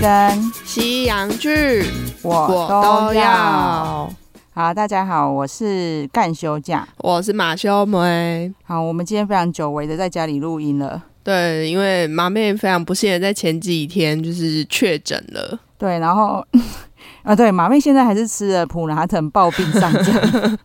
跟西洋剧我我都都要。要。好，大家好，我是干休假。我是马修梅。好，我们今天非常久违的在家里录音了。对，因为马妹非常不幸的在前几天就是确诊了，对，然后 啊，对，马妹现在还是吃了普拿疼暴病上阵。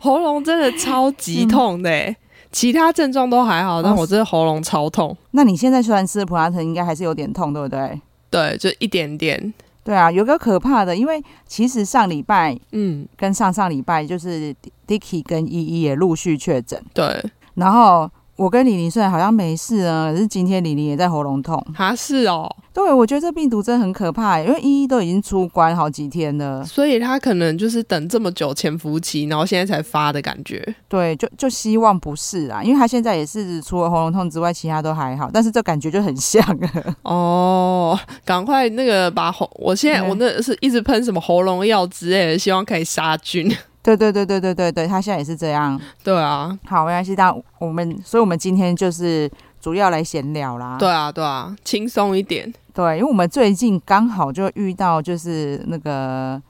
喉咙真的超级痛的、欸其他症状都还好，但我真的喉咙超痛。那你现在虽然吃了普拿疼，应该还是有点痛，对不对？对，就一点点。对啊，有个可怕的，因为其实上礼拜嗯，跟上上礼拜就是 Dicky 跟依依也陆续确诊，对，然后我跟李玲虽然好像没事呢，可是今天李玲也在喉咙痛。哈是哦，对，我觉得这病毒真的很可怕欸耶，因为依依都已经出关好几天了。所以他可能就是等这么久潜伏期，然后现在才发的感觉。对，就就希望不是啦，因为她现在也是除了喉咙痛之外，其他都还好，但是这感觉就很像了。 哦，赶快那个把喉，我现在对我那是一直喷什么喉咙药之类的，希望可以杀菌。对对对对对对对，她现在也是这样。对啊，好，没关系，但我们，所以我们今天就是主要来闲聊啦。对啊，对啊，轻松一 点。对，因为我们最近刚好就遇到就是那个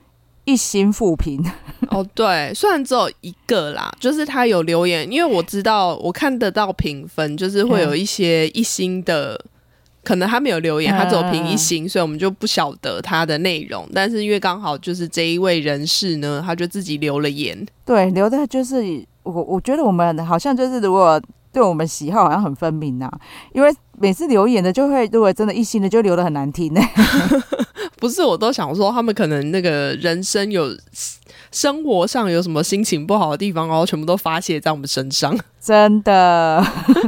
一心复评，哦，对，虽然只有一个啦，就是他有留言，因为我知道我看得到评分，就是会有一些一星的，可能他没有留嗯言，他只有评一星，所以我们就不晓得他的内容。但是因为刚好就是这一位人士呢，他就自己留了言，对，留的就是我，我觉得我们好像就是如果对我们喜好好像很分明呐、因为每次留言的就会，如果真的一心的就留的很难听呢、 不是我都想说他们可能那个人生有生活上有什么心情不好的地方，然后全部都发泄在我们身上。真的。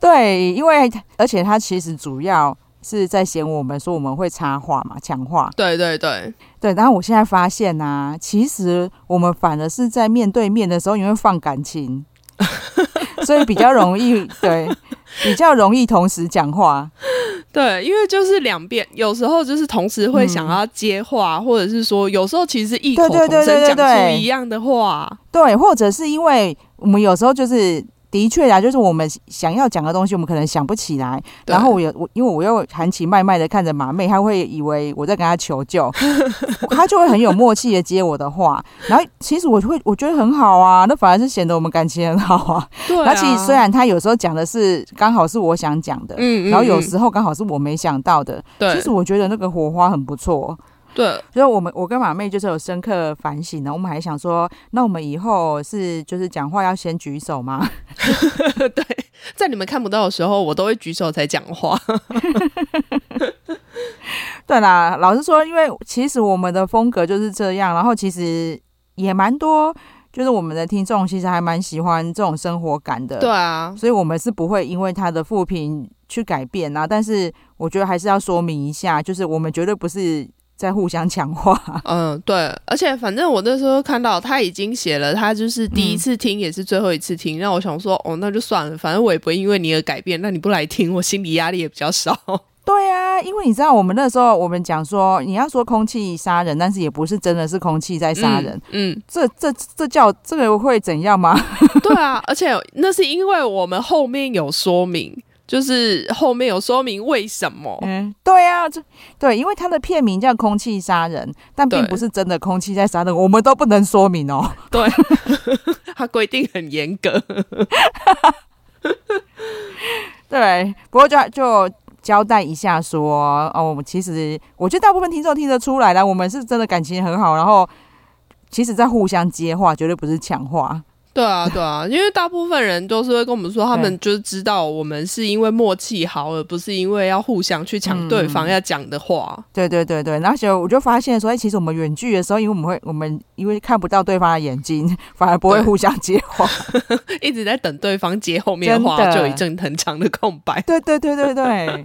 对，因为而且他其实主要是在嫌我们说我们会插话嘛，强化。对对对，对，然后我现在发现呐、其实我们反而是在面对面的时候，因为放感情， 所以比较容易对，比较容易同时讲话。对，因为就是两边，有时候就是同时会想要接话，或者是说，有时候其实异口同对对对对对声讲出对一样的话。对，或者是因为我们有时候就是的确啊，就是我们想要讲的东西，我们可能想不起来。对然后我有我，因为我又含情脉脉的看着马妹，她会以为我在跟她求 救，她就会很有默契的接我的话。然后其实我会我觉得很好啊，那反而是显得我们感情很好啊。对、啊，那其实虽然她有时候讲的是刚好是我想讲的。嗯，嗯，然后有嗯时候刚好是我没想到的，其对实我觉得那个火花很不错。对所以我们我跟马妹就是有深刻反省呢，我们还想说，那我们以后是就是讲话要先举手吗？ 对，在你们看不到的时候，我都会举手才讲话。对啦，老实说，因为其实我们的风格就是这样，然后其实也蛮多，就是我们的听众其实还蛮喜欢这种生活感的，对，啊，所以我们是不会因为他的负评去改变啊，但是我觉得还是要说明一下，就是我们绝对不是在互相强化， 嗯，对，而且反正我那时候看到他已经写了，他就是第一嗯次听也是最后一次听，让我想说，哦，那就算了，反正我也不会因为你而改变，那你不来听，我心理压力也比较少。对啊，因为你知道，我们那时候我们讲说，你要说空气杀人，但是也不是真的是空气在杀人，嗯，嗯这这这叫这个会怎样吗？ 对啊，而且那是因为我们后面有说明，就是后面有说明为什么。嗯， 对啊，这对，因为它的片名叫《空气杀人》，但并对不是真的空气在杀人，我们都不能说明哦。 对，它规定很严格。 对，不过就就交代一下说，哦，我们其实我觉得大部分听众听得出来啦，我们是真的感情很好，然后其实在互相接话，绝对不是抢话。对啊，对啊，因为大部分人都是会跟我们说，他们就是知道我们是因为默契好，而不是因为要互相去抢对方要讲的话。对对对对，然后就我就发现说，哎，其实我们远距的时候，因为我们会我们因为看不到对方的眼睛， 反而不会对互相接话。一直在等对方接后面的话，真的就有一阵很长的空白。 对对对对对，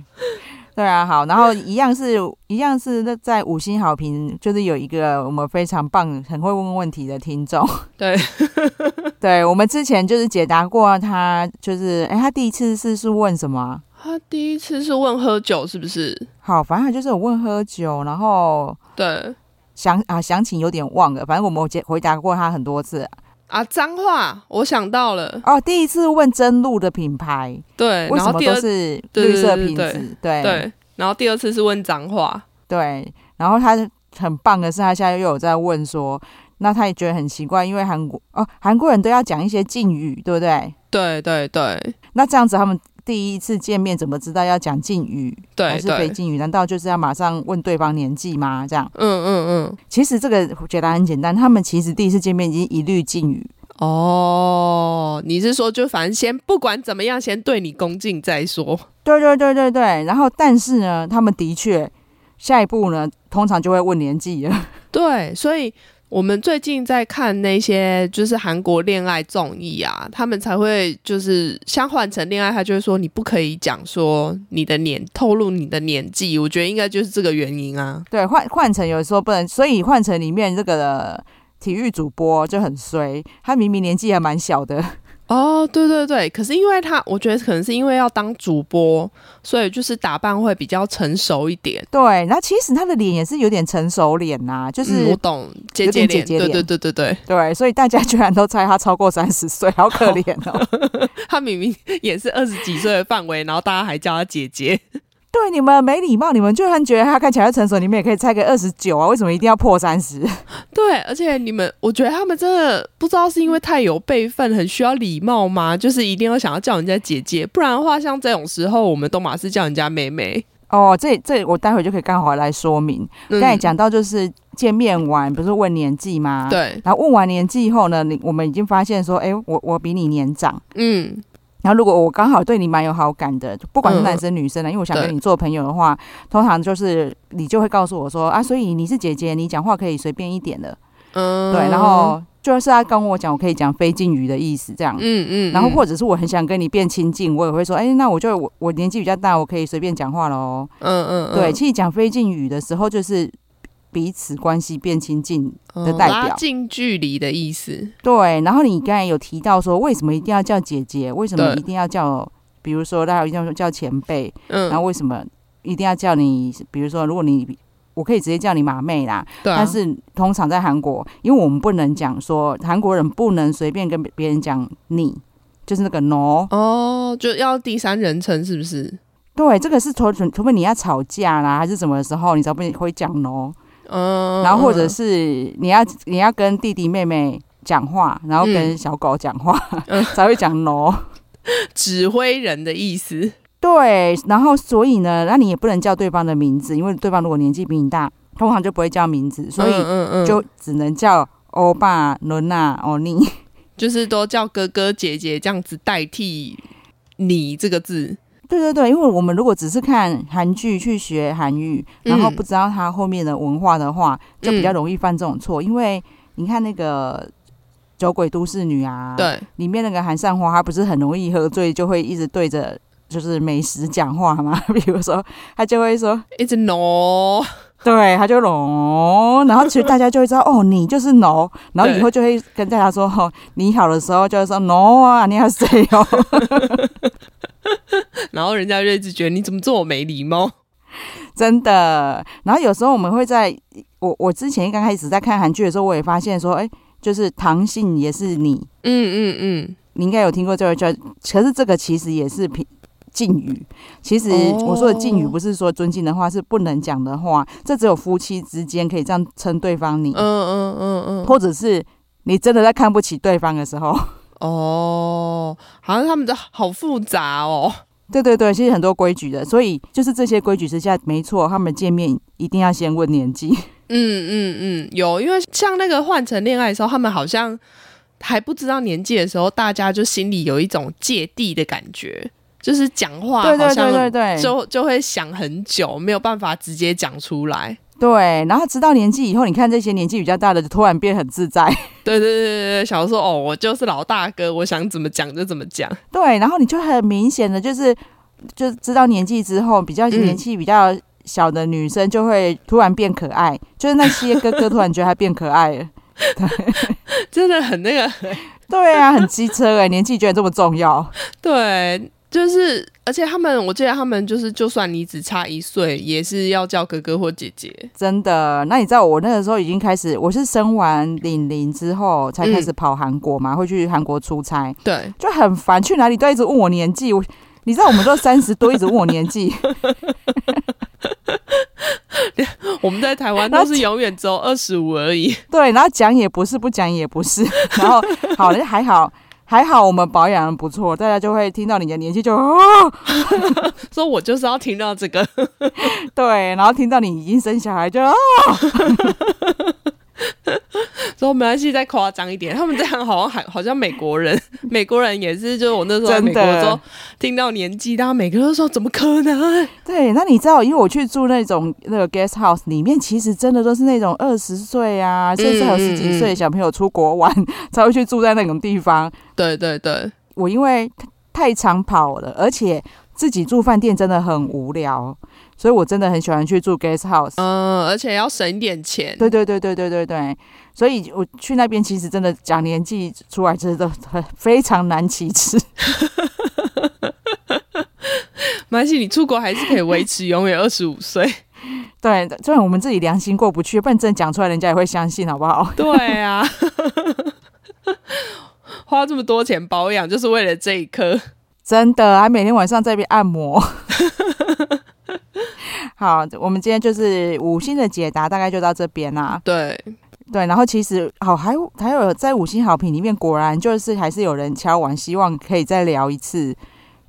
对啊，好，然后一样是一样是那在五星好评，就是有一个我们非常棒、很会问问题的听众， 对， 对我们之前就是解答过他，就是哎，他第一次是是问什么啊？他第一次是问喝酒是不是？好，反正他就是有问喝酒，然后对详啊详情有点忘了，反正我们有解回答过他很多次啊，脏话，我想到了，哦。第一次问真露的品牌，对，为然什后么第都二是对绿色对对瓶对子？对对，然后第二次是问脏话，对，然后他很棒的是，他现在又有在问说，那他也觉得很奇怪，因为韩国哦，韩国人都要讲一些敬语，对不对？对对对那这样子他们第一次见面怎么知道要讲敬语还对是非对，敬语？难道就是要马上问对方年纪吗？这样嗯嗯嗯，其实这个我觉得很简单，他们其实第一次见面已经一律敬语，哦，你是说就反正先不管怎么样，先对你恭敬再说，对对对对对，然后但是呢，他们的确下一步呢，通常就会问年纪了。对，所以我们最近在看那些就是韩国恋爱综艺啊，他们才会就是像换成恋爱，他就会说你不可以讲说你的年透露你的年纪，我觉得应该就是这个原因啊。对，换换成有时候不能，所以换成里面这个体育主播就很衰，他明明年纪还蛮小的， 哦，对对对，可是因为他，我觉得可能是因为要当主播，所以就是打扮会比较成熟一点。对，然后其实他的脸也是有点成熟脸呐、就嗯、是、我懂姐有姐点姐姐脸，对对脸对对对，对，所以大家居然都猜他超过三十岁，好可怜 哦。他明明 也是二十几岁的范围，然后大家还叫她姐姐。对，你们没礼貌，你们居然觉得他看起来成熟，你们也可以猜个二十九啊，为什么一定要破三十？ 对，而且你们，我觉得他们真的不知道是因为太有辈分，很需要礼貌吗？就是一定要想要叫人家姐姐，不然的话，像这种时候，我们都马是叫人家妹妹。哦，这这我待会就可以刚好来说明。嗯刚才讲啊到就是见面完不是问年纪吗？。对，然后问完年纪以后呢，你我们已经发现说，哎，我我比你年长。嗯，然后如果我刚好对你蛮有好感的，不管是嗯男生女生的，啊因为我想对跟你做朋友的话，通常就是你就会告诉我说啊，所以你是姐姐，你讲话可以随便一点的，嗯对。然，后就是他跟我讲，我可以讲非敬语的意思这样。嗯嗯，然后或，或者是我很想跟你变亲近，我也会说，哎、那我就我我年纪比较大，我可以随便讲话喽。嗯嗯，对，其实讲非敬语的时候，就是彼此关系变亲近。嗯的代表拉近距离的意思。对，然后你刚才有提到说，为什么一定要叫姐姐？为什么对一定要叫，比如说大家一定要叫前辈，然嗯，后为什么一定要叫你？比如说，如果你我可以直接叫你马妹啦，对啊，但是通常在韩国，因为我们不能讲说韩国人不能随便跟别人讲你，就是那个 no。哦，就要第三人称是不是？对，这个是除除除非你要吵架啦，还是什么时候，你才不会讲 no。嗯，然后或者嗯是你要你要跟弟弟妹妹讲话，然后嗯跟小狗讲话、 才会讲 no。指挥人的意思。对，然后所以呢，那你也不能叫对方的名字，因为对方如果年纪比你大，通常就不会叫名字，所嗯以嗯嗯，就只能叫欧巴、伦娜、欧尼。 就是都叫哥哥姐姐这样子代替你这个字。对对对，因为我们如果只是看韩剧去学韩语，然后嗯不知道它后面的文化的话，就比较嗯容易犯这种错。因为你看那个《酒鬼都市女》啊，，对，里面那个韩善花，她不是很容易喝醉，就会一直对着就是美食讲话嘛。 比如说，她就会说，一直 no，对，她就龙，然后其实大家就会知道，哦，你就是龙，然后以对后就会跟大家说，哦，你好的时候就会说 no 啊，你好谁哦。 然后人家就一直觉得你怎么这么没礼貌？真的。然后有时候我们会在我我之前刚开始在看韩剧的时候，我也发现说，哎，就是唐信也是你，嗯嗯嗯，你应该有听过这个叫，可是这个其实也是平。敬语，其实哦我说的敬语不是说尊敬的话，是不能讲的话。这只有夫妻之间可以这样称对方你，嗯嗯嗯嗯，或者是你真的在看不起对方的时候。 哦，好像他们的好复杂哦。对对对，其实很多规矩的，所以就是这些规矩之下，没错，他们见面一定要先问年纪。嗯嗯嗯，有，因为像那个换成恋爱的时候，他们好像还不知道年纪的时候，大家就心里有一种芥蒂的感觉，就是讲话对好对对像对对，就就会想很久，没有办法直接讲出来。对，然后直到年纪以后，你看这些年纪比较大的，就突然变很自在。 对对对对对，想说哦，我就是老大哥，我想怎么讲就怎么讲。 对，然后你就很明显的就是，就知道年纪之后，比较嗯年纪比较小的女生就会突然变可爱，就是那些哥哥突然觉得她变可爱了。 真的很那个，对啊，很机车哎、年纪居然这么重要。对，就是，而且他们，我记得他们就是，就算你只差一岁，也是要叫哥哥或姐姐。真的，那你知道我那个时候已经开始，我是生完玲玲之后才开始跑韩国嘛，会去韩国出差，对，就很烦，去哪里都一直问我年纪。我你知道我们都三十多，一直问我年纪，我们在台湾都是永远只 有二十五而已。对，然后讲也不是，不讲也不是， 然后好了还好。还好我们保养得不错，大家就会听到你的年纪就哦，说我就是要听到这个，对，然后听到你已经生小孩就哦，说没关系，再夸张一点。他们这样好像还好像美国人，美国人也是，就是我那时候在美国真的的时候听到年纪大，每个人都说怎么可能？对，那你知道，因为我去住那种那个 guest house 里面，其实真的都是那种二十岁啊，甚至还有十几岁的小朋友出国玩、才会去住在那种地方。对对对，我因为太太常跑了，而且自己住饭店真的很无聊，所以我真的很喜欢去住 guest house。嗯，而且要省一点钱。对对对对对对对，所以我去那边其实真的讲年纪出来，真的很非常难启齿。没关系，你出国还是可以维持永远二十五岁。对，虽然我们自己良心过不去，不然真的讲出来，人家也会相信，好不好？ 对啊， 花这么多钱保养就是为了这一刻。真的，还每天晚上在那边按摩。 好，我们今天就是五星的解答，大概就到这边啦、对，对，然后其实好，还有还有在五星好评里面，果然就是还是有人敲完，希望可以再聊一次，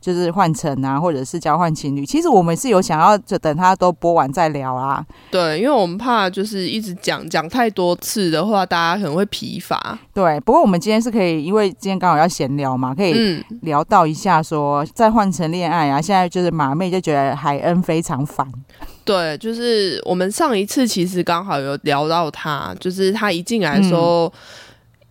就是换乘啊，或者是交换情侣。其实我们是有想要就等他都播完再聊啊啦。对，因为我们怕就是一直讲讲太多次的话，大家可能会疲乏。对，不过我们今天是可以，因为今天刚好要闲聊嘛，可以嗯，聊到一下说再换成恋爱啊。现在就是马妹就觉得海恩非常烦，对，就是我们上一次其实刚好有聊到他，就是他一进来的时候。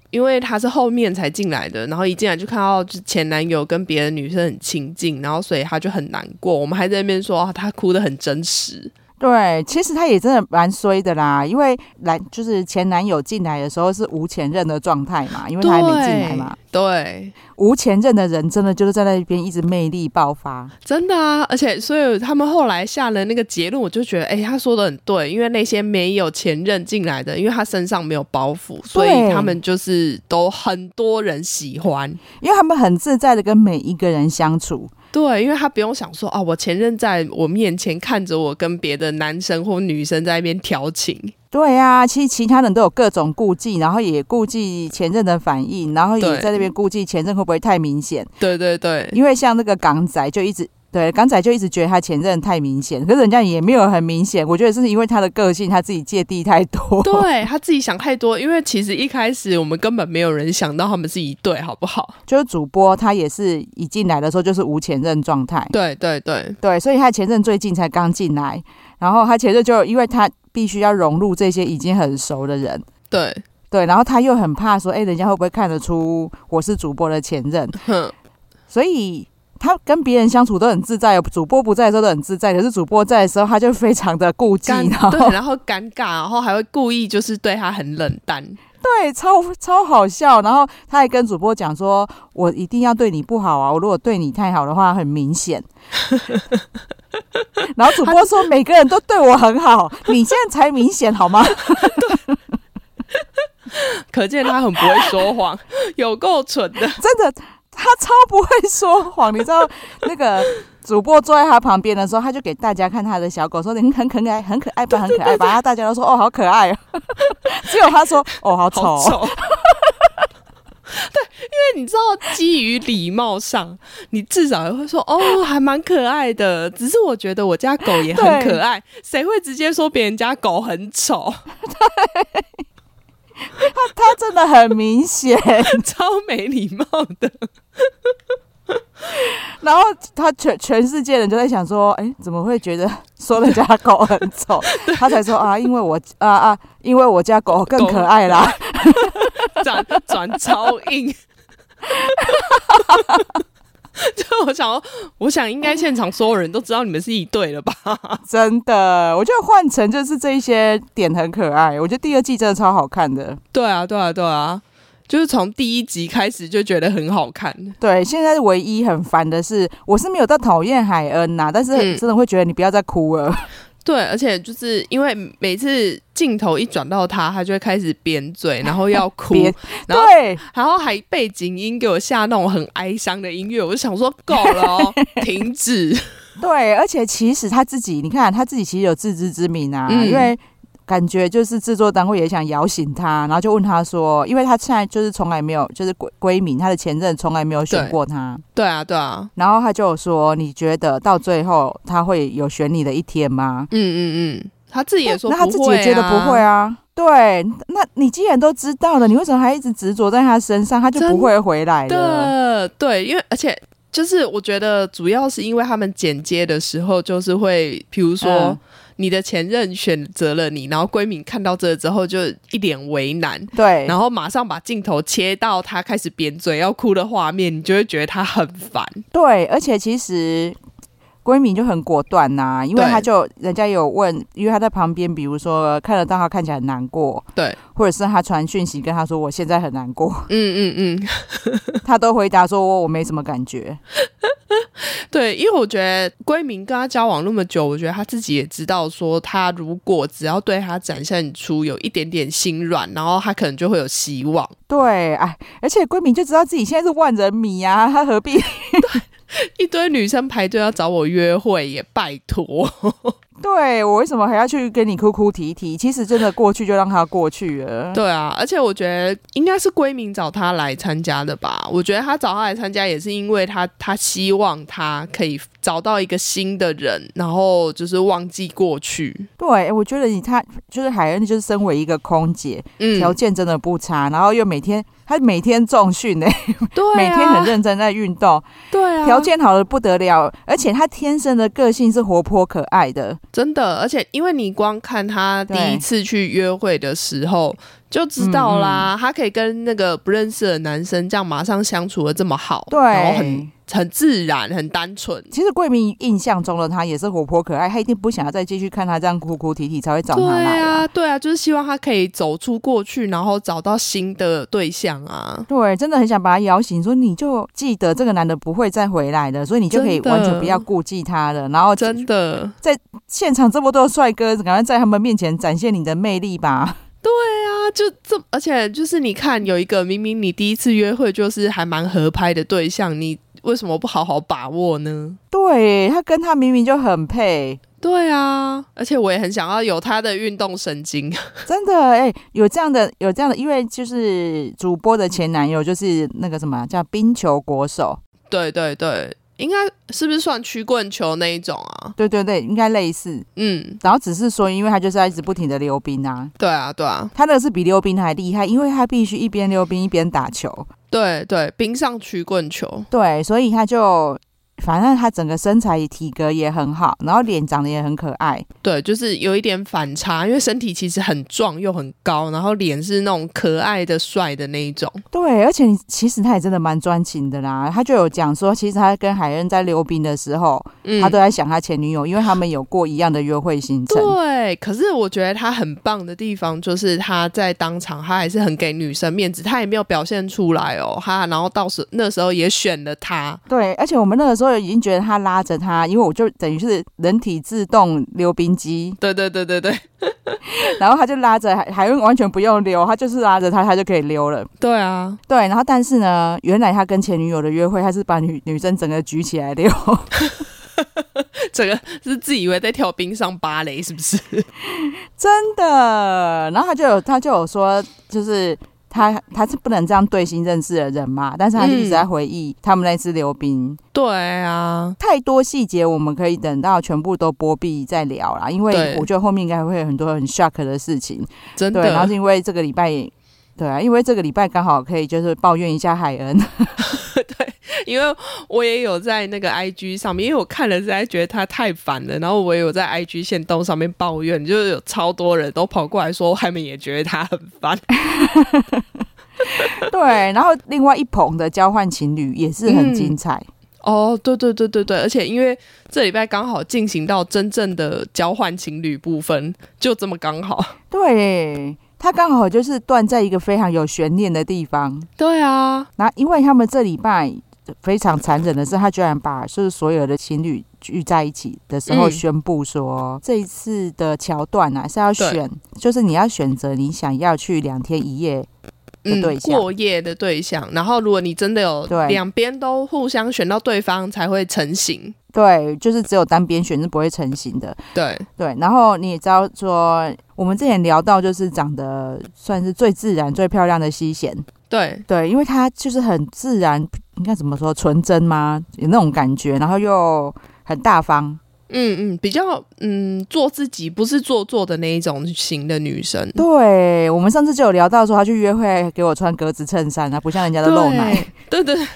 因为他是后面才进来的，然后一进来就看到就前男友跟别的女生很亲近，然后所以他就很难过。我们还在那边说啊，他哭得很真实。对，其实他也真的蛮衰的啦，因为来就是前男友进来的时候是无前任的状态嘛，因为他还没进来嘛。对，无前任的人真的就是在那边一直魅力爆发，真的啊！而且，所以他们后来下了那个结论，我就觉得，哎、他说的很对，因为那些没有前任进来的，因为他身上没有包袱，所以对他们就是都很多人喜欢。因为他们很自在的跟每一个人相处。对，因为他不用想说啊，我前任在我面前看着我跟别的男生或女生在那边调情，对啊，其实其他人都有各种顾忌，然后也顾忌前任的反应，然后也对在那边顾忌前任会不会太明显。对对对，因为像那个港仔就一直对港仔就一直觉得他前任太明显，可是人家也没有很明显。我觉得是因为他的个性，他自己芥蒂太多。对他自己想太多，因为其实一开始我们根本没有人想到他们是一对，好不好？ 就是主播他也是一进来的时候就是无前任状态，对对对，对，所以他前任最近才刚进来，然后他前任就因为他必须要融入这些已经很熟的人，对，对，然后他又很怕说，哎，人家会不会看得出我是主播的前任，哼。所以。他跟别人相处都很自在，主播不在的时候都很自在，可是主播在的时候他就非常的顾忌，尴然后 对，然后尴尬，然后还会故意就是对他很冷淡。对，超超好笑。然后他还跟主播讲说：“我一定要对你不好啊，我如果对你太好的话，很明显。” 然后主播说：“每个人都对我很好，你现在才明显好吗 可见他很不会说谎， 有够蠢的。？”真的，他超不会说谎。你知道那个主播坐在他旁边的时候，他就给大家看他的小狗，说：“你很可爱，很可爱吧，很可爱吧。”然后大家都说：“哦，好可爱、哦。” 只有他说：“哦，好丑好哦。丑。 对，因为你知道，基于礼貌上，你至少也会说哦，还蛮可爱的。只是我觉得我家狗也很可爱，谁会直接说别人家狗很丑？ 他真的很明显。超没礼貌的。然后他全全世界人就在想说，哎，怎么会觉得说人家狗很 丑？他才说啊，因为我啊啊，因为我家狗更可爱啦。转转超硬。 就我想要，我想应该现场所有人都知道你们是一对了吧？ 真的，我觉得换成就是这一些点很可爱。我觉得第二季真的超好看的。对啊，对啊，对啊，就是从第一集开始就觉得很好看。对，现在唯一很烦的是，我是没有到讨厌海恩呐、但是嗯真的会觉得你不要再哭了。对，而且就是因为每次镜头一转到他，他就会开始扁嘴，然后要 哭，扁然后对，然后还 背景音给我下那种很哀伤的音乐，我就想说够了、哦，停止。对，而且其实他自己，你看他自己其实有自知之明啊，嗯因为感觉就是制作单位也想摇醒他，然后就问他说，因为他现在就是从来没有就是闺闺蜜，他的前任从来没有选对过他，对啊，对啊，然后他就有说，你觉得到最后他会有选你的一天吗？嗯嗯嗯，他自己也说不那会、啊，他自己也觉得不会，啊。对，那你既然都知道了，你为什么还一直执着在他身上？他就不会回来了。对对，因为而且就是我觉得主要是因为他们剪接的时候，就是会比如说。嗯你的前任选择了你，然后闺蜜看到这之后就一脸为难，对，然后马上把镜头切到他开始扁嘴要哭的画面，你就会觉得他很烦。对，而且其实闺蜜就很果断呐、因为对她就人家有问，因为她在旁边，比如说看得到她看起来很难过，对，或者是她传讯息跟她说我现在很难过， 嗯嗯嗯，她都回答说我没什么感觉。对，因为我觉得闺蜜跟他交往那么久，我觉得他自己也知道，说他如果只要对他展现出有一点点心软，然后他可能就会有希望。对，哎，而且闺蜜就知道自己现在是万人迷啊，她何必？ 一堆女生排队要找我约会，也拜托。对我为什么还要去跟你哭哭啼啼？其实真的过去就让它过去了。对啊，而且我觉得应该是闺蜜找他来参加的吧。我觉得他找他来参加也是因为他，他希望他可以找到一个新的人，然后就是忘记过去。对，哎我觉得你她就是海恩，就是身为一个空姐，嗯，条件真的不差，然后又每天她每天重训呢、对、啊，每天很，认真在运动，对啊，条件好的不得了，而且他天生的个性是活泼可爱的，真的，而且因为你光看他第一对次去约会的时候就知道嗯啦，他可以跟那个不认识的男生这样马上相处的这么好，然后哦很对。很自然，很单纯。其实桂明印象中的他也是活泼可爱，他一定不想要再继续看他这样哭哭啼啼，才会找对他来、啊，对啊，就是希望他可以走出过去，然后找到新的对象啊。对，真的很想把他摇醒，说你就记得这个男的不会再回来了，所以你就可以真的完全不要顾忌他了。然后真的，现场这么多帅哥，赶快在他们面前展现你的魅力吧。啊，就这，而且就是你看，有一个明明你第一次约会就是还蛮合拍的对象，你为什么不好好把握呢？对他跟他明明就很配，对啊，而且我也很想要有他的运动神经。 真的哎、有这样的有这样的，因为就是主播的前男友就是那个什么啊叫冰球国手，对对对，应该是不是算曲棍球那一种啊？对对对，应该类似。嗯，然后只是说，因为他就是要一直不停的溜冰啊，对啊，对啊，他那个是比溜冰还厉害，因为他必须一边溜冰一边打球，对对，冰上曲棍球。对，所以他就反正他整个身材体格也很好，然后脸长得也很可爱，对，就是有一点反差，因为身体其实很壮又很高，然后脸是那种可爱的帅的那一种。对，而且你其实他也真的蛮专情的啦，他就有讲说，其实他跟海恩在溜冰的时候，嗯他都在想他前女友，因为他们有过一样的约会行程。对，可是我觉得他很棒的地方就是他在当场，他还是很给女生面子，他也没有表现出来哦。他然后到时那时候也选了他，对，而且我们那个时候已经觉得他拉着他，因为我就等于是人体自动溜冰机，对对对对对然后他就拉着海海恩，完全不用溜，他就是拉着他，他就可以溜了。对 啊，对，然后但是呢，原来他跟前女友的约会，他是把女女生整个举起来溜，这个是自以为在跳冰上芭蕾是不是？真的。然后他就有他就有说，就是他他是不能这样对新认识的人嘛，但是他就一直在回忆他们那次溜冰，对啊，太多细节我们可以等到全部都波毕再聊啦，因为对我觉得后面应该会有很多很 shock 的事情。真对，然后的是因为这个礼拜，对啊，因为这个礼拜刚好可以就是抱怨一下海恩， 因为我也有在那个 IG 上面，因为我看了实在觉得他太烦了，然后我也有在 IG 线动上面抱怨，就是有超多人都跑过来说他们也觉得他很烦。 对，然后另外一棚的交换情侣也是嗯很精彩，哦，对对对对对，而且因为这礼拜刚好进行到真正的交换情侣部分，就这么刚好。对，他刚好就是断在一个非常有悬念的地方，对啊，那因为他们这礼拜非常残忍的是，他居然把就是所有的情侣聚在一起的时候嗯宣布说，这一次的桥段啊是要选，就是你要选择你想要去两天一夜的对象。嗯过夜的对象。然后，如果你真的有对两边都互相选到对方，才会成型。对，就是只有单边选是不会成型的。对，对，然后你也知道说，我们之前聊到就是长得算是最自然、最漂亮的西贤，对，对，因为她就是很自然，应该怎么说，纯真吗？有那种感觉，然后又很大方。嗯嗯，比较嗯做自己，不是做作的那一种型的女生。对我们上次就有聊到说，她去约会给我穿格子衬衫啊，不像人家的露奶。对 对，对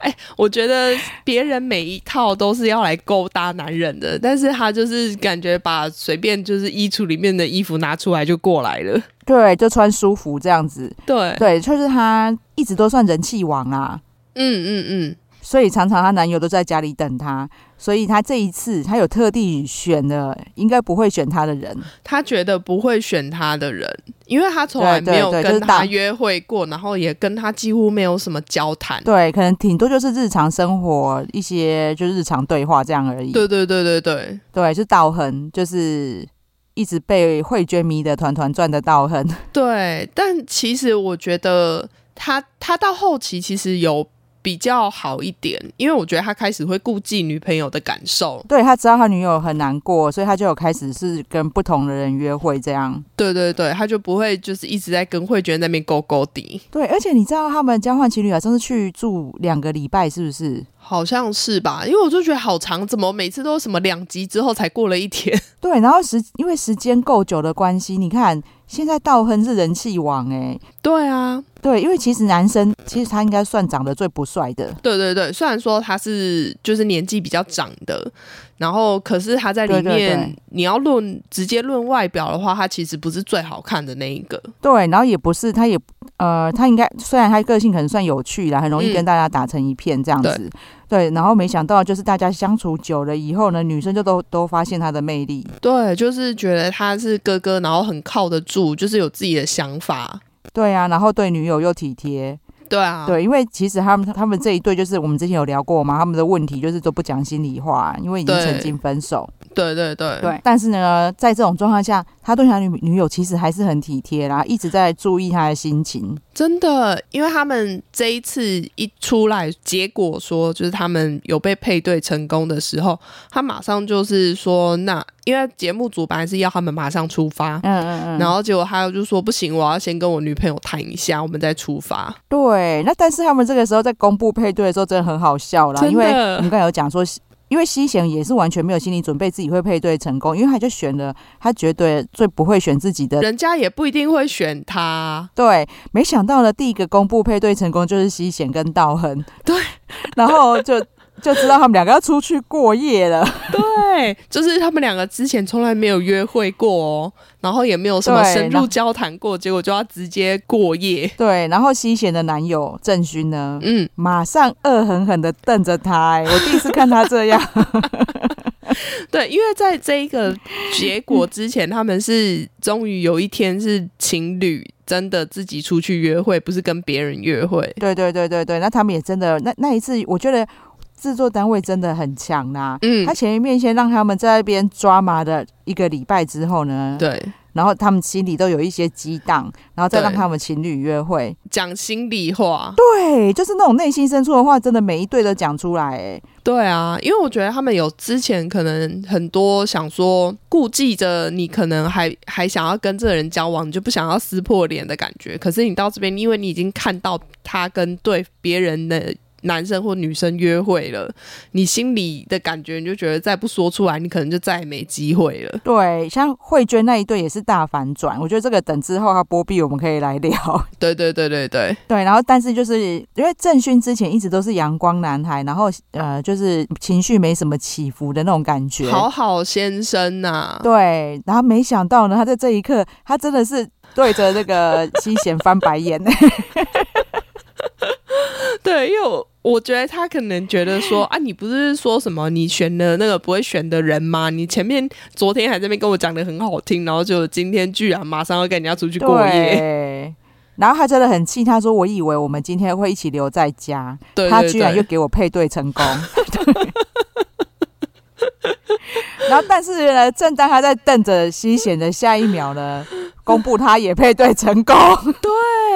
哎、我觉得别人每一套都是要来勾搭男人的，但是他就是感觉把随便就是衣橱里面的衣服拿出来就过来了。对，就穿舒服这样子。对，对，就是她一直都算人气王啊，嗯嗯所以常常她男友都在家里等她。所以她这一次，她有特地选了应该不会选她的人。嗯，他觉得不会选他的人，因为他从来对对没有对就跟是大他约会过，然后也跟他几乎没有什么交谈。对，可能顶多就是日常生活一些就是日常对话这样而已。对对对对对对，是道痕，就是一直被慧娟迷得团团转的道痕。对，但其实我觉得他他到后期其实有比较好一点，因为我觉得他开始会顾忌女朋友的感受。 对他知道他女友很难过，所以他就有开始是跟不同的人约会这样。对对对，他就不会就是一直在跟慧娟在那边勾勾底，对，而且你知道他们交换情侣好像是去住两个礼拜，是不是？好像是吧？因为我就觉得好长，怎么每次都什么两集之后才过了一天？ 对，然后时因为时间够久的关系，你看现在道亨是人气王哎、对啊，对，因为其实男生其实他应该算长得最不帅的，对对对，虽然说他是就是年纪比较长的，然后可是他在里面，对对对你要论直接论外表的话，他其实不是最好看的那一个。对，然后也不是，他也呃，他应该虽然他个性可能算有趣啦，很容易嗯跟大家打成一片这样子，对，然后没想到就是大家相处久了以后呢，女生就都都发现他的魅力，对，就是觉得他是哥哥，然后很靠得住，就是有自己的想法。对啊，然后对女友又体贴，对啊，对，因为其实他们他们这一对就是我们之前有聊过嘛，他们的问题就是都不讲心里话，因为已经对曾经分手，对对对对，但是呢，在这种状况下，他对他女女友其实还是很体贴啦，一直在注意她的心情，真的，因为他们这一次一出来，结果说就是他们有被配对成功的时候，他马上就是说，那因为节目组本来是要他们马上出发，嗯嗯嗯，然后结果他就说不行，我要先跟我女朋友谈一下，我们再出发。对，那但是他们这个时候在公布配对的时候，真的很好笑啦，真的因为我们刚才有讲说。因为西贤也是完全没有心理准备自己会配对成功，因为他就选了他绝对最不会选自己的。人家也不一定会选他，啊对，没想到呢，第一个公布配对成功就是西贤跟道亨。对， 然后就就知道他们两个要出去过夜了。对，就是他们两个之前从来没有约会过哦，然后也没有什么对深然入后交谈过，结果就要直接过夜。对，然后西贤的男友郑勋呢，嗯，马上恶狠狠的瞪着他、哎我第一次看他这样。 对，因为在这一个结果之前，他们是终于有一天是情侣，真的自己出去约会，不是跟别人约会。对对对对对，那他们也真的，那那一次，我觉得制作单位真的很强啦、嗯他，前面先让他们在那边抓马的一个礼拜之后呢，对，然后他们心里都有一些激荡，然后再让对他们情侣约会。讲心里话。对，就是那种内心深处的话，真的每一对都讲出来、哎，对啊，因为我觉得他们有之前可能很多想说顾忌着你，可能还还想要跟这个人交往，你就不想要撕破脸的感觉。可是你到这边，因为你已经看到他跟对别人的男生或女生约会了，你心里的感觉，你就觉得再不说出来，你可能就再也没机会了。对，像慧娟那一对也是大反转，我觉得这个等之后他波比我们可以来聊。 对对对对对对，然后但是就是因为郑勋之前一直都是阳光男孩，然后呃就是情绪没什么起伏的那种感觉，对，好好先生啊呐、对，然后没想到呢，他在这一刻，他真的是对着那 个西贤翻白眼。对，因为我我觉得他可能觉得说啊，你不是说什么你选的那个不会选的人吗？你前面昨天还在那边跟我讲的很好听，然后就今天居然马上要跟人家出去过夜，对，然后他真的很气，他说：“我以为我们今天会一起留在家，对他对居然又对，给我配对成功。 对然后，但是呢，正当 他在瞪着西贤的下一秒呢，公布他也配对成功。对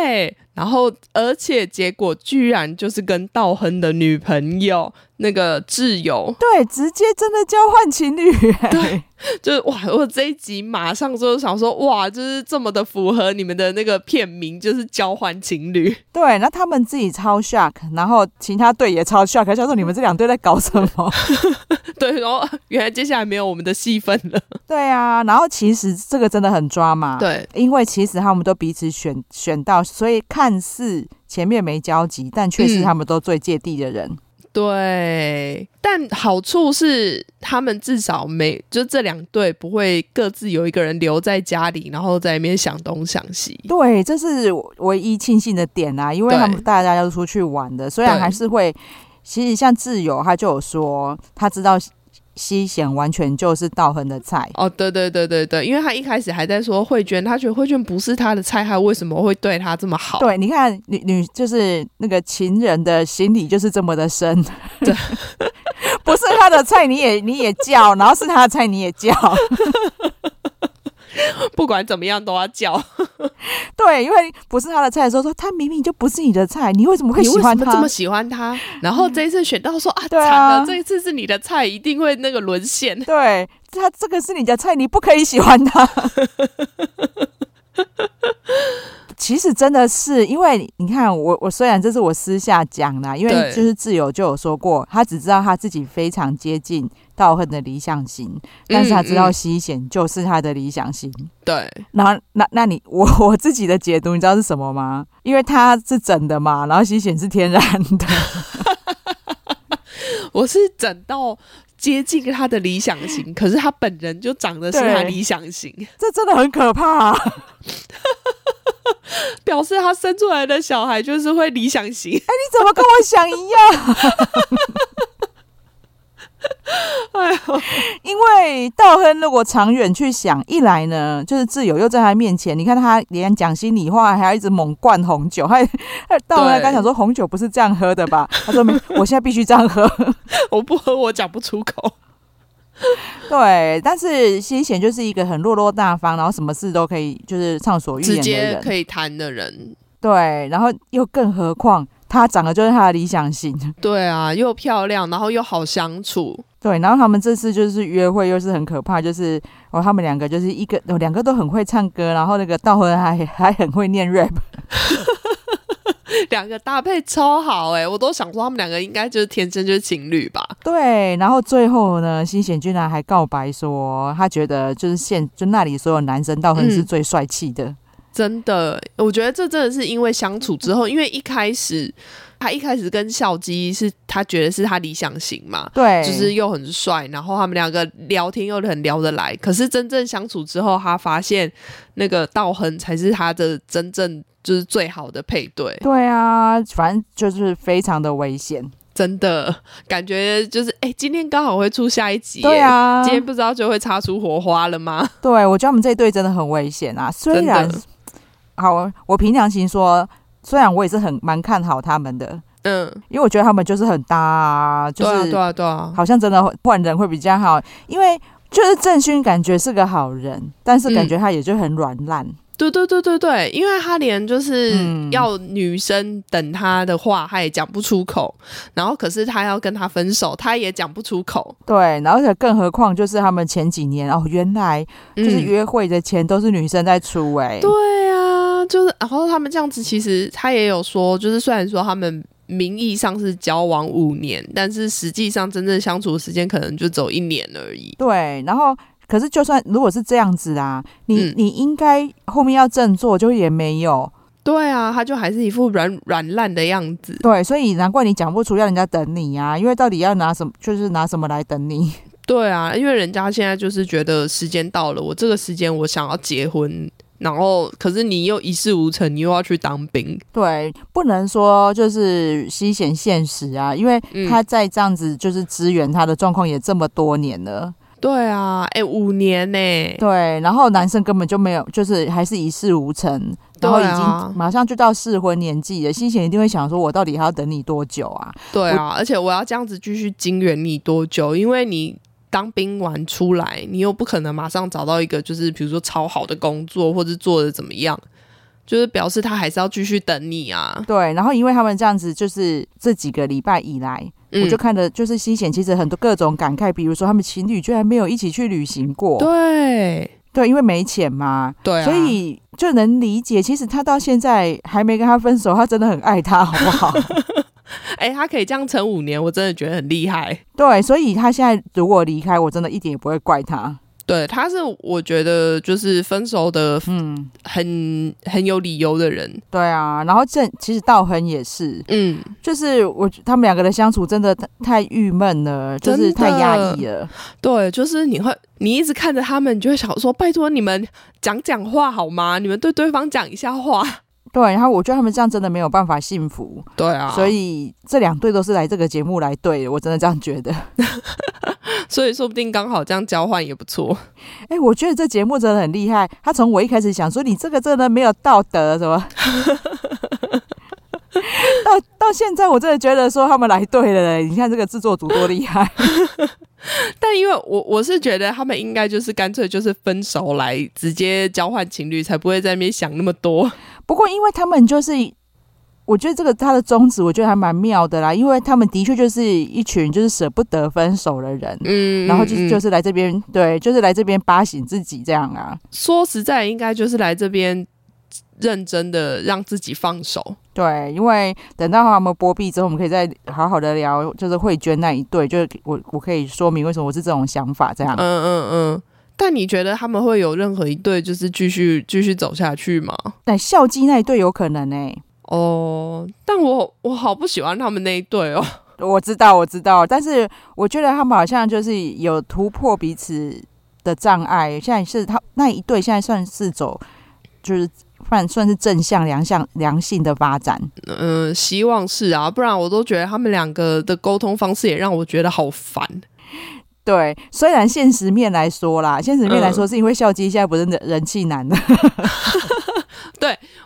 对，然后而且结果居然就是跟道亨的女朋友那个挚友，对，直接真的交换情侣、欸，对，就是哇，我这一集马上就想说，哇，就是这么的符合你们的那个片名，就是交换情侣。 对，那他们自己超 shock，然后其他队也超 shock，想说你们这两队在搞什么？对，然后原来接下来没有我们的戏份了。对啊，然后其实这个真的很抓嘛，对，因为其实他们都彼此选选到，所以看似前面没交集，但却是嗯他们都最芥蒂的人。对，但好处是他们至少没，就这两队不会各自有一个人留在家里，然后在那边想东想西。对，这是我唯一庆幸的点啊，因为对他们大家都出去玩的，虽然对还是会，其实像挚友他就有说，他知道西西贤完全就是道亨的菜，哦，对对对对对，因为他一开始还在说慧娟，他觉得慧娟不是他的菜，他为什么会对他这么好？对，你看女女就是那个情人的心理就是这么的深，对， 不是他的菜你也你也叫，然后是他的菜你也叫， 不管怎么样都要叫。对，因为不是他的菜的时候说他明明就不是你的菜，你为什么会你喜为什欢么他？嗯这么喜欢他？然后这一次选到说啊，对啊惨了，这一次是你的菜，一定会那个沦陷。 对他这个是你的菜，你不可以喜欢他。其实真的是，因为你看我，我虽然这是我私下讲啦，因为对就是挚友就有说过，他只知道他自己非常接近道恨的理想型，但是他知道嗯嗯西贤就是他的理想型。对然后，那那你我 我自己的解读，你知道是什么吗？因为他是整的嘛，然后西贤是天然的。我是整到接近他的理想型，可是他本人就长得是他对理想型，这真的很可怕、啊。表示他生出来的小孩就是会理想型。你怎么跟我想一样？ 哎呦，因为道亨如果长远去想，一来呢，就是挚友又在他面前，你看他连讲心里话，还要一直猛灌红酒，还道亨对刚想说红酒不是这样喝的吧？ 他说没，我现在必须这样喝。 我不喝我讲不出口。对，但是西贤就是一个很落落大方，然后什么事都可以就是畅所欲直言的接人。可以谈的人，对，然后又更何况他长得就是他的理想型。对啊，又漂亮，然后又好相处，对，然后他们这次就是约会，又是很可怕，就是哦，他们两个就是一个，哦、两个都很会唱歌，然后那个道亨还 还很会念 rap， 两个搭配超好哎、我都想说他们两个应该就是天生就是情侣吧。对，然后最后呢，新贤居然还告白说，他觉得就是现就那里所有男生道亨是嗯最帅气的。真的，我觉得这真的是因为相处之后，因为一开始他一开始跟孝基是他觉得是他理想型嘛，对，就是又很帅，然后他们两个聊天又很聊得来。可是真正相处之后，他发现那个道亨才是他的真正就是最好的配对，对啊，反正就是非常的危险。真的感觉就是哎、今天刚好会出下一集，对，啊今，天不知道就会擦出火花了吗？对我觉得我们这一队真的很危险啊。虽真的然好，我凭良心说，虽然我也是很蛮看好他们的，嗯，因为我觉得他们就是很搭、啊，就对啊，是对啊，对啊，好像真的换人会比较好，因为就是郑勋感觉是个好人，但是感嗯觉他也就很软烂。对对对对对，因为他连就是嗯要女生等他的话，他也讲不出口。然后可是他要跟他分手，他也讲不出口。对，然后而且更何况就是他们前几年哦，原来就是嗯、约会的钱都是女生在出哎、对啊，就是然后他们这样子，其实他也有说，就是虽然说他们名义上是交往五年，但是实际上真正相处的时间可能就走一年而已。对，然后可是就算如果是这样子啊，你、嗯你应该后面要振作，就也没有对啊，他就还是一副软软烂的样子。对，所以难怪你讲不出要人家等你啊，因为到底要拿什么，就是拿什么来等你。对啊，因为人家现在就是觉得时间到了，我这个时间我想要结婚，然后可是你又一事无成，你又要去当兵，对，不能说就是吸显现实啊，因为嗯他在这样子就是支援他的状况也这么多年了，对啊，哎、五年呢、欸对，然后男生根本就没有，就是还是一事无成，然后已对啊经马上就到适婚年纪了，心贤一定会想说，我到底还要等你多久啊？对啊，而且我要这样子继续经援你多久？因为你当兵完出来，你又不可能马上找到一个就是比如说超好的工作，或者做的怎么样。就是表示他还是要继续等你啊。对，然后因为他们这样子，就是这几个礼拜以来，嗯我就看的就是西贤，其实很多各种感慨，比如说他们情侣居然没有一起去旅行过，对对因为没钱嘛，对、啊，所以就能理解。其实他到现在还没跟他分手，他真的很爱他，好不 好？哎、他可以这样撑五年，我真的觉得很厉害。对，所以他现在如果离开，我真的一点也不会怪他。对，他是我觉得就是分手的嗯，很很有理由的人。对啊。然后这其实道亨也是，嗯，就是我他们两个的相处真的太太郁闷了，就是真的太压抑了。对，就是你会你一直看着他们，你就会想说，拜托你们讲讲话好吗？你们对对方讲一下话。对，然后我觉得他们这样真的没有办法幸福，对啊，所以这两对都是来这个节目来对的，我真的这样觉得。所以说不定刚好这样交换也不错。 哎，我觉得这节目真的很厉害。他从我一开始想说你这个真的没有道德什么， 到到现在我真的觉得说他们来对了嘞。你看这个制作组多厉害，但因为我我是觉得他们应该就是干脆就是分手来直接交换情侣，才不会在那边想那么多。不过因为他们就是。我觉得这个他的宗旨，我觉得还蛮妙的啦，因为他们的确就是一群就是舍不得分手的人，嗯然后就是就是是来这边，对，就是来这边巴醒自己这样啊，说实在，应该就是来这边认真的让自己放手。对，因为等到他们播毕之后，我们可以再好好的聊，就是慧娟那一对，就是我我可以说明为什么我是这种想法这样。嗯嗯嗯。但你觉得他们会有任何一对就是继续继续走下去吗？但校鸡那一对有可能欸呢、哦，但我我好不喜欢他们那一对哦。我知道我知道，但是我觉得他们好像就是有突破彼此的障碍，现在是他那一对现在算是走就是算算是正向良向良性的发展。嗯，希望是啊，不然我都觉得他们两个的沟通方式也让我觉得好烦。对，虽然现实面来说啦，现实面来说是因为校鸡现在不是人人气男的，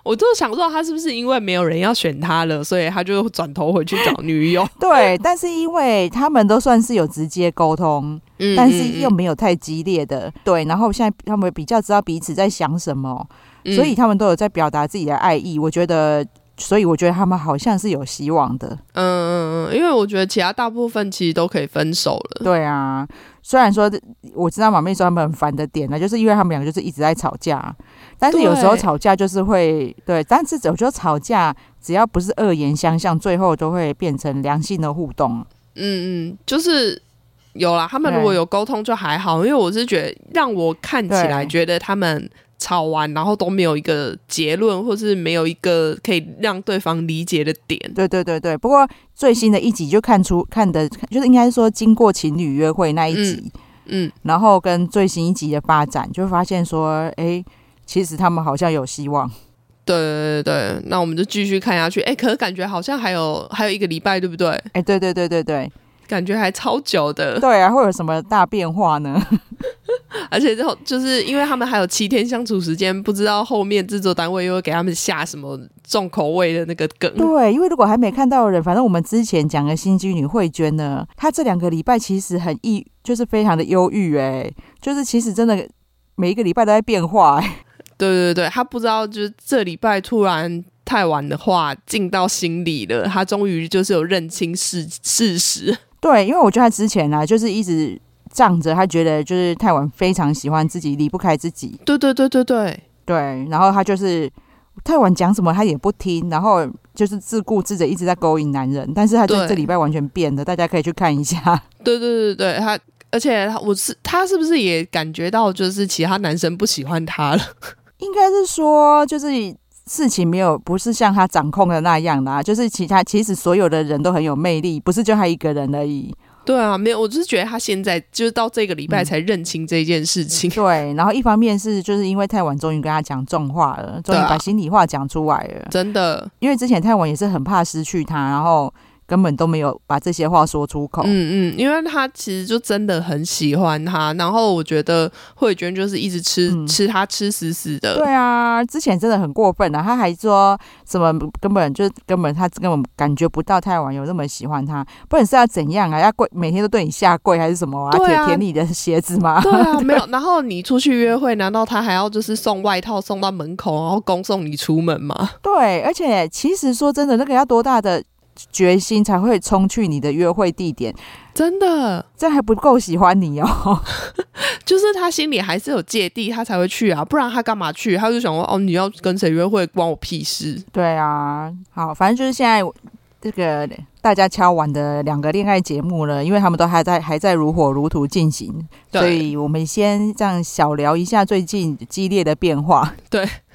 我就想说，他是不是因为没有人要选他了，所以他就转头回去找女友？对，但是因为他们都算是有直接沟通， 嗯但是又没有太激烈的，对。然后现在他们比较知道彼此在想什么，嗯所以他们都有在表达自己的爱意。我觉得，所以我觉得他们好像是有希望的。嗯嗯嗯嗯，因为我觉得其他大部分其实都可以分手了。对啊，虽然说我知道马妹说他们很烦的点呢，就是因为他们两个就是一直在吵架，但是有时候对吵架就是会对，但是我觉得吵架只要不是恶言相向，最后都会变成良性的互动。啊嗯嗯，就是有啦，他们如果对有沟通就还好，因为我是觉得让我看起来对觉得他们吵完然后都没有一个结论，或是没有一个可以让对方理解的点。对对对对，不过最新的一集就看出看的，就是应该说经过情侣约会那一集，嗯，然后跟最新一集的发展，就发现说，哎，其实他们好像有希望。对对对对，那我们就继续看下去。哎、可是感觉好像还有还有一个礼拜，对不对？哎，对对对对对感觉还超久的。对啊，会有什么大变化呢？ 而且之后就是因为他们还有七天相处时间，不知道后面制作单位又会给他们下什么重口味的那个梗。对，因为如果还没看到的人，反正我们之前讲的新居女慧娟呢，她这两个礼拜其实很抑，就是非常的忧郁、哎，就是其实真的每一个礼拜都在变化、哎，对对对，他不知道就是这礼拜突然太晚的话进到心里了，他终于就是有认清事事实。对，因为我觉得她之前啊，就是一直仗着她觉得就是太晚非常喜欢自己，离不开自己，对对对对对，对，然后她就是太晚讲什么她也不听，然后就是自顾自的一直在勾引男人，但是她这对这礼拜完全变了，大家可以去看一下。 对对对对，他而且他我是他是不是也感觉到就是其他男生不喜欢他了？应该是说，就是事情没有不是像他掌控的那样啦，就是其他其实所有的人都很有魅力，不是就他一个人而已。对啊，没有，我就是觉得他现在就是到这个礼拜才认清这件事情。对，然后一方面是就是因为太晚终于跟他讲重话了，终于对啊把心里话讲出来了， 真的，因为之前太晚也是很怕失去他，然后。根本都没有把这些话说出口。嗯嗯，因为他其实就真的很喜欢他，然后我觉得慧娟就是一直吃、嗯吃他吃死死的，对啊，之前真的很过分啊！他还说什么根本就是根本他根本感觉不到泰王有那么喜欢他，不然是要怎样啊？要跪每天都对你下跪还是什么啊？对舔啊舔你的鞋子吗？对啊，没有。然后你出去约会，难道他还要就是送外套送到门口，然后恭送你出门吗？ 对，而且其实说真的，那个要多大的决心才会冲去你的约会地点？真的，这还不够喜欢你哦。就是他心里还是有芥蒂，他才会去啊，不然他干嘛去？他就想说，哦，你要跟谁约会，关我屁事。对啊，好，反正就是现在这个大家敲完的两个恋爱节目了，因为他们都还在还在如火如荼进行，对所以我们先这样小聊一下最近激烈的变化。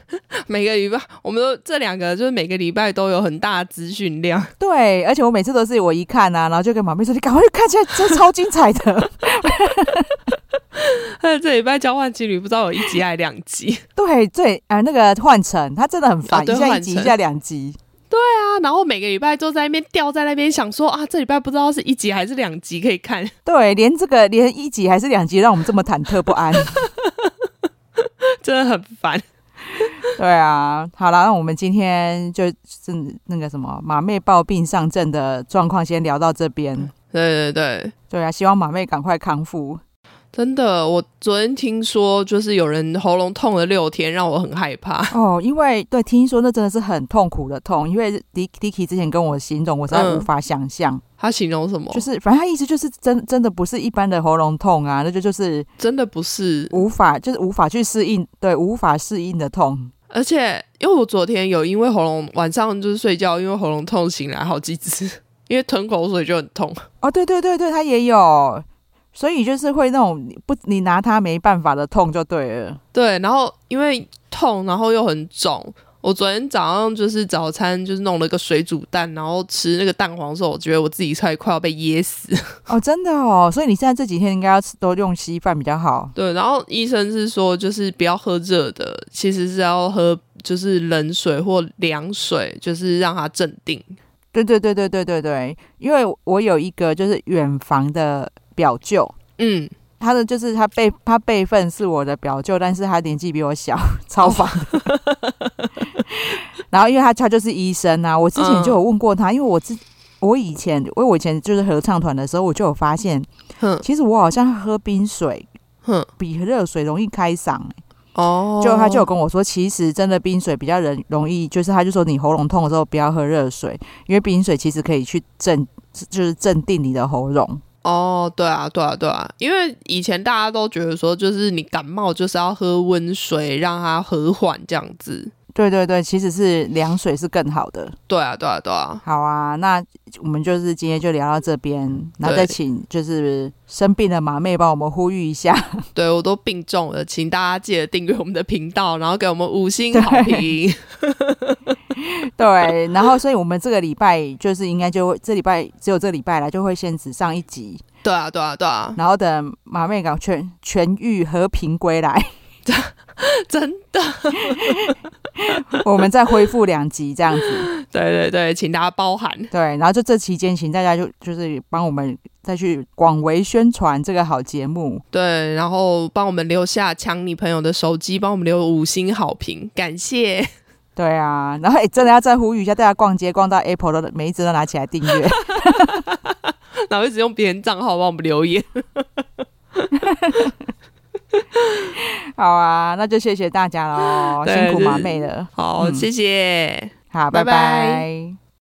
每个礼拜，我们都这两个就是每个礼拜都有很大的资讯量， 对，而且我每次都是我一看啊，然后就跟马妹说：“你赶快去看，现在真超精彩的。 这礼拜交换情侣不知道有一集还两集对”对啊、那个换乘他真的很烦，啊对一下一换集，乘一下两集。啊，然后每个礼拜都在那边吊在那边想说啊，这礼拜不知道是一集还是两集可以看， 对，连这个连一集还是两集，让我们这么忐忑不安。真的很烦。 对啊，好了，那我们今天就是那个什么马妹抱病上阵的状况，先聊到这边。对对对，对啊，希望马妹赶快康复。真的，我昨天听说就是有人喉咙痛了六天，让我很害怕。哦，因为对，听说那真的是很痛苦的痛，因为迪 Dicky 之前跟我形容，我实在嗯无法想象，他形容什么？就是反正他意思就是真真的不是一般的喉咙痛啊，那就就是真的不是，无法就是无法去适应，对，无法适应的痛。而且因为我昨天有因为喉咙晚上就是睡觉，因为喉咙痛醒来好几次， 因为吞口水就很痛。哦，对对对对，他也有，所以就是会那种你不你拿他没办法的痛就对了。对，然后因为痛，然后又很肿。我昨天早上就是早餐就是弄了个水煮蛋，然后吃那个蛋黄的时候，我觉得我自己快快要被噎死。哦，真的哦，所以你现在这几天应该要吃多用稀饭比较好。 对，然后医生是说，就是不要喝热的，其实是要喝就是冷水或凉水，就是让它镇定。对对对对对对对，因为我有一个就是远房的表舅，嗯，他的就是他辈他辈分是我的表舅，但是他年纪比我小， 超烦的。然后因为他他就是医生啊，我之前就有问过他，因为我之我以前因为我以前就是合唱团的时候，我就有发现，哼其实我好像喝冰水哼，比热水容易开嗓、欸哦，就他就有跟我说，其实真的冰水比较人容易，就是他就说你喉咙痛的时候不要喝热水，因为冰水其实可以去镇，就是镇定你的喉咙。哦，对啊，对啊，对啊，因为以前大家都觉得说，就是你感冒就是要喝温水，让它和缓这样子。对对对，其实是凉水是更好的。对啊，对啊，对啊，好啊，那我们就是今天就聊到这边，然后对再请就是生病的马妹帮我们呼吁一下。 对我都病重了，请大家记得订阅我们的频道，然后给我们五星好评。对，然后所以我们这个礼拜就是应该就会这礼拜只有这礼拜了，就会先只上一集，对啊，对啊，对啊，然后等马妹搞痊痊愈和平归来，真的，我们再恢复两集这样子。对对对，请大家包涵。对，然后就这期间，请大家就就是帮我们再去广为宣传这个好节目。对，然后帮我们留下抢你朋友的手机，帮我们留五星好评，感谢。 对啊，然后哎、真的要再呼吁一下，大家逛街逛到 Apple 的每一只都拿起来订阅。 然后一直用别人账号帮我们留言。好啊，那就谢谢大家喽，对辛苦就是马妹了。好，嗯谢谢。好，拜拜拜